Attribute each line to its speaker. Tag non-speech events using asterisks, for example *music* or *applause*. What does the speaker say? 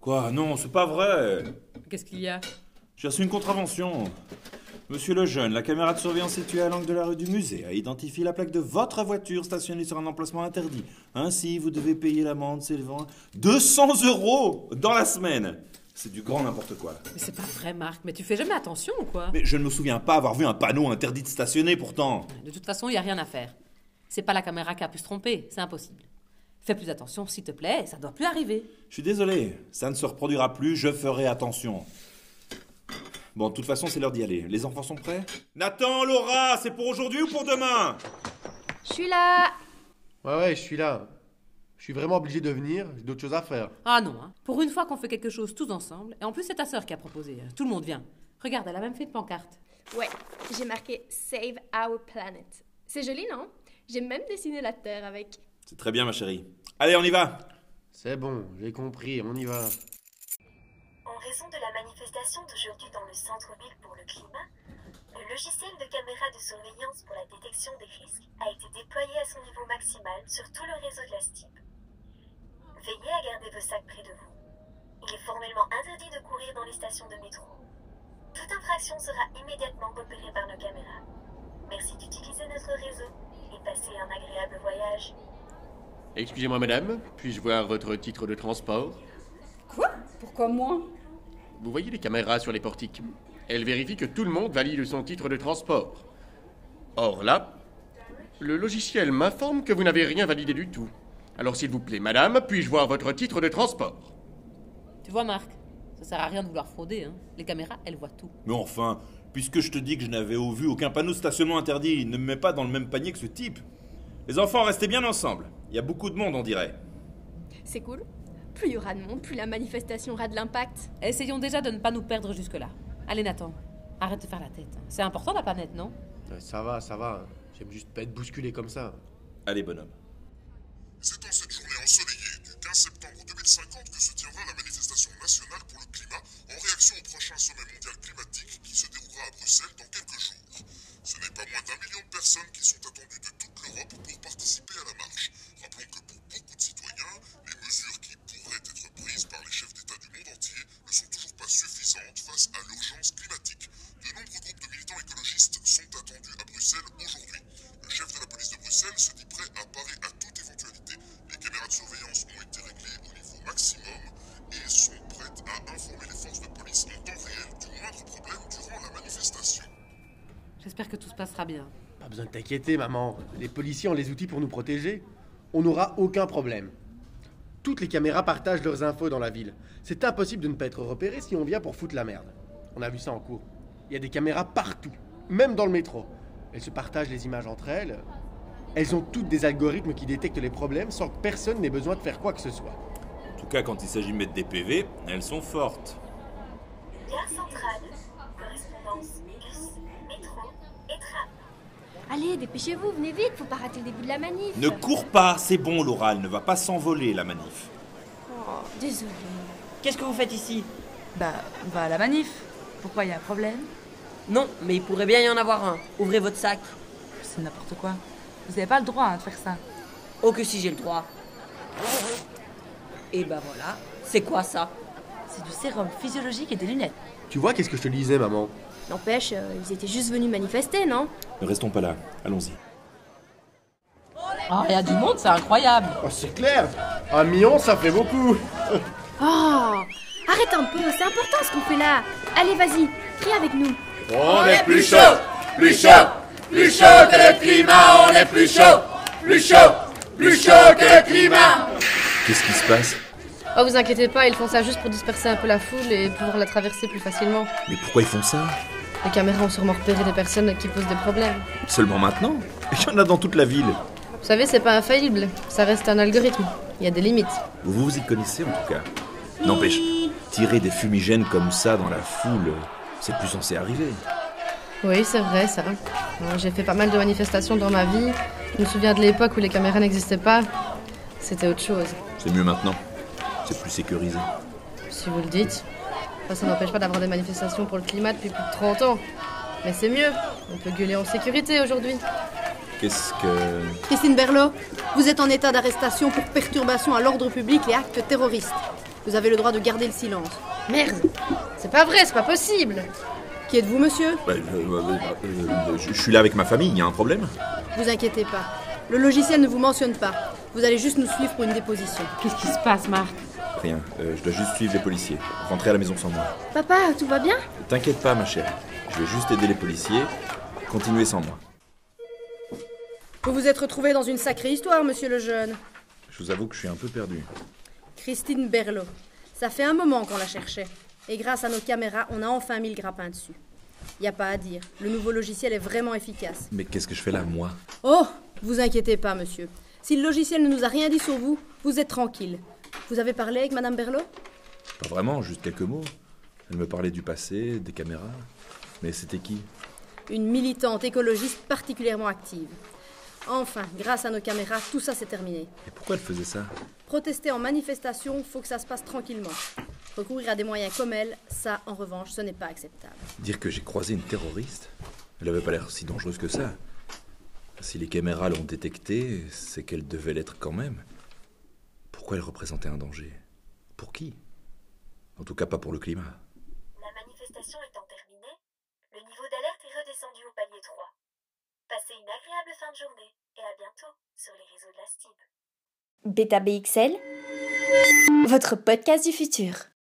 Speaker 1: Quoi Non, c'est pas vrai
Speaker 2: Qu'est-ce qu'il y a
Speaker 1: J'ai reçu une contravention. Monsieur Lejeune, la caméra de surveillance située à l'angle de la rue du musée a identifié la plaque de votre voiture stationnée sur un emplacement interdit. Ainsi, vous devez payer l'amende s'élevant à 200 euros dans la semaine. C'est du grand n'importe quoi.
Speaker 2: Mais c'est pas vrai, Marc, mais tu fais jamais attention ou quoi
Speaker 1: Mais je ne me souviens pas avoir vu un panneau interdit de stationner pourtant.
Speaker 2: De toute façon, il y a rien à faire. C'est pas la caméra qui a pu se tromper, c'est impossible. Fais plus attention, s'il te plaît, ça doit plus arriver.
Speaker 1: Je suis désolé, ça ne se reproduira plus, je ferai attention. Bon, de toute façon, c'est l'heure d'y aller. Les enfants sont prêts Nathan, Laura, c'est pour aujourd'hui ou pour demain
Speaker 3: Je suis là
Speaker 4: Ouais, ouais, je suis là. Je suis vraiment obligé de venir, j'ai d'autres choses à faire.
Speaker 2: Ah non, hein. pour une fois qu'on fait quelque chose tous ensemble, et en plus c'est ta sœur qui a proposé, hein. tout le monde vient. Regarde, elle a même fait une pancarte.
Speaker 5: Ouais, j'ai marqué Save Our Planet. C'est joli, non J'ai même dessiné la Terre avec.
Speaker 1: C'est très bien, ma chérie. Allez, on y va
Speaker 4: C'est bon, j'ai compris, on y va.
Speaker 6: En raison de la manifestation d'aujourd'hui dans le centre-ville pour le climat, le logiciel de caméra de surveillance pour la détection des risques a été déployé à son niveau maximal sur tout le réseau de la STIP. Veillez à garder vos sacs près de vous. Il est formellement interdit de courir dans les stations de métro. Toute infraction sera immédiatement repérée par nos caméras. Merci d'utiliser notre réseau et passez un agréable voyage.
Speaker 4: Excusez-moi, madame, puis-je voir votre titre de transport
Speaker 7: Quoi Pourquoi moi
Speaker 4: Vous voyez les caméras sur les portiques Elles vérifient que tout le monde valide son titre de transport. Or là, le logiciel m'informe que vous n'avez rien validé du tout. Alors s'il vous plaît, madame, puis-je voir votre titre de transport
Speaker 2: Tu vois, Marc, ça sert à rien de vouloir frauder, hein. Les caméras, elles voient tout.
Speaker 1: Mais enfin, puisque je te dis que je n'avais au vu aucun panneau de stationnement interdit, ne me mets pas dans le même panier que ce type. Les enfants, restez bien ensemble. Il y a beaucoup de monde, on dirait.
Speaker 5: C'est cool. Plus il y aura de monde, plus la manifestation aura de l'impact.
Speaker 2: Essayons déjà de ne pas nous perdre jusque-là. Allez, Nathan, arrête de faire la tête. hein. C'est important la planète, non
Speaker 4: Ouais, Euh, Ça va, ça va. J'aime juste pas être bousculé comme ça.
Speaker 1: Allez, bonhomme.
Speaker 8: C'est en cette journée ensoleillée du 15 septembre 2050 que se tiendra la manifestation nationale pour le climat en réaction au prochain sommet mondial climatique qui se déroulera à Bruxelles dans quelques jours. Ce n'est pas moins d'un million de personnes qui sont attendues de toute l'Europe pour participer à la marche. Rappelons que pour beaucoup de citoyens, les mesures qui pourraient être prises par les chefs d'État du monde entier ne sont toujours pas suffisantes face à l'urgence climatique. De nombreux groupes de militants écologistes sont attendus à Bruxelles aujourd'hui. Le chef de la police de Bruxelles se dit prêt à parer à toute éventualité. Les caméras de surveillance ont été réglées au niveau maximum et sont prêtes à informer les forces de police en temps réel du moindre problème durant la manifestation.
Speaker 2: J'espère que tout se passera bien.
Speaker 4: Pas besoin de t'inquiéter, maman. Les policiers ont les outils pour nous protéger. On n'aura aucun problème. Toutes les caméras partagent leurs infos dans la ville. C'est impossible de ne pas être repéré si on vient pour foutre la merde. On a vu ça en cours. Il y a des caméras partout, même dans le métro. Elles se partagent les images entre elles. Elles ont toutes des algorithmes qui détectent les problèmes sans que personne n'ait besoin de faire quoi que ce soit.
Speaker 1: En tout cas, quand il s'agit de mettre des PV, elles sont fortes.
Speaker 6: Gare centrale, correspondance bus, métro et tram.
Speaker 3: Allez, dépêchez-vous, venez vite, faut pas rater le début de la manif.
Speaker 1: Ne cours pas, c'est bon, Laura, elle ne va pas s'envoler, la manif.
Speaker 3: Oh, désolé.
Speaker 9: Qu'est-ce que vous faites ici
Speaker 10: Bah, on va à la manif. Pourquoi il y a un problème
Speaker 9: Non, mais il pourrait bien y en avoir un. Ouvrez votre sac.
Speaker 10: C'est n'importe quoi. Vous n'avez pas le droit hein, de faire ça.
Speaker 9: Oh que si j'ai le droit. Et ben voilà, c'est quoi ça
Speaker 10: C'est du sérum physiologique et des lunettes.
Speaker 4: Tu vois qu'est-ce que je te disais, maman
Speaker 3: N'empêche, euh, ils étaient juste venus manifester, non
Speaker 1: Ne restons pas là, allons-y.
Speaker 2: Ah, il y a du monde, c'est incroyable
Speaker 4: Oh, c'est clair Un million, ça fait beaucoup
Speaker 3: Oh Arrête un peu, c'est important ce qu'on fait là Allez, vas-y, crie avec nous
Speaker 4: Oh,
Speaker 11: On est plus chaud, plus chaud, plus chaud que le climat. On est plus chaud, plus chaud, plus chaud que le climat.
Speaker 1: Qu'est-ce qui se passe
Speaker 12: Oh, vous inquiétez pas, ils font ça juste pour disperser un peu la foule et pouvoir la traverser plus facilement.
Speaker 1: Mais pourquoi ils font ça
Speaker 12: Les caméras ont sûrement repéré des personnes qui posent des problèmes.
Speaker 1: Seulement maintenant *laughs* Il y en a dans toute la ville.
Speaker 12: Vous savez, c'est pas infaillible, ça reste un algorithme. Il y a des limites.
Speaker 1: Vous vous y connaissez en tout cas. N'empêche, tirer des fumigènes comme ça dans la foule, c'est plus censé arriver.
Speaker 12: Oui, c'est vrai, ça. Euh, J'ai fait pas mal de manifestations dans ma vie. Je me souviens de l'époque où les caméras n'existaient pas. C'était autre chose,
Speaker 1: C'est mieux maintenant. C'est plus sécurisé.
Speaker 12: si vous le dites. Enfin, ça n'empêche pas d'avoir des manifestations pour le climat depuis plus de 30 ans. Mais c'est mieux, on peut gueuler en sécurité aujourd'hui.
Speaker 1: Qu'est-ce que.
Speaker 13: Christine Berlot, vous êtes en état d'arrestation pour perturbation à l'ordre public et actes terroristes. Vous avez le droit de garder le silence.
Speaker 8: Merde C'est pas vrai, c'est pas possible
Speaker 13: Qui êtes-vous, monsieur
Speaker 1: Bah, je, euh, je- je suis là avec ma famille, il y a un problème
Speaker 13: Vous inquiétez pas. Le logiciel ne vous mentionne pas. Vous allez juste nous suivre pour une déposition.
Speaker 14: Qu'est-ce qui se passe, Marc
Speaker 1: Rien, euh, je dois juste suivre les policiers. Rentrer à la maison sans moi.
Speaker 15: Papa, tout va bien
Speaker 1: T'inquiète pas, ma chère. Je vais juste aider les policiers. Continuez sans moi.
Speaker 13: Vous vous êtes retrouvé dans une sacrée histoire, monsieur le jeune.
Speaker 1: Je vous avoue que je suis un peu perdu.
Speaker 13: Christine Berlot. Ça fait un moment qu'on la cherchait. Et grâce à nos caméras, on a enfin mis le grappin dessus. Y a pas à dire. Le nouveau logiciel est vraiment efficace.
Speaker 1: Mais qu'est-ce que je fais là, moi
Speaker 13: Oh Vous inquiétez pas, monsieur. Si le logiciel ne nous a rien dit sur vous, vous êtes tranquille. Vous avez parlé avec Madame Berlot
Speaker 1: Pas vraiment, juste quelques mots. Elle me parlait du passé, des caméras. Mais c'était qui
Speaker 13: Une militante écologiste particulièrement active. Enfin, grâce à nos caméras, tout ça s'est terminé.
Speaker 1: Et pourquoi elle faisait ça
Speaker 13: Protester en manifestation, faut que ça se passe tranquillement. Recourir à des moyens comme elle, ça, en revanche, ce n'est pas acceptable.
Speaker 1: Dire que j'ai croisé une terroriste Elle avait pas l'air si dangereuse que ça. Si les caméras l'ont détectée, c'est qu'elle devait l'être quand même. Pourquoi elle représentait un danger Pour qui En tout cas, pas pour le climat.
Speaker 6: La manifestation étant terminée, le niveau d'alerte est redescendu au palier 3. Passez une agréable fin de journée et à bientôt sur les réseaux de la STIB.
Speaker 16: Beta BXL, votre podcast du futur.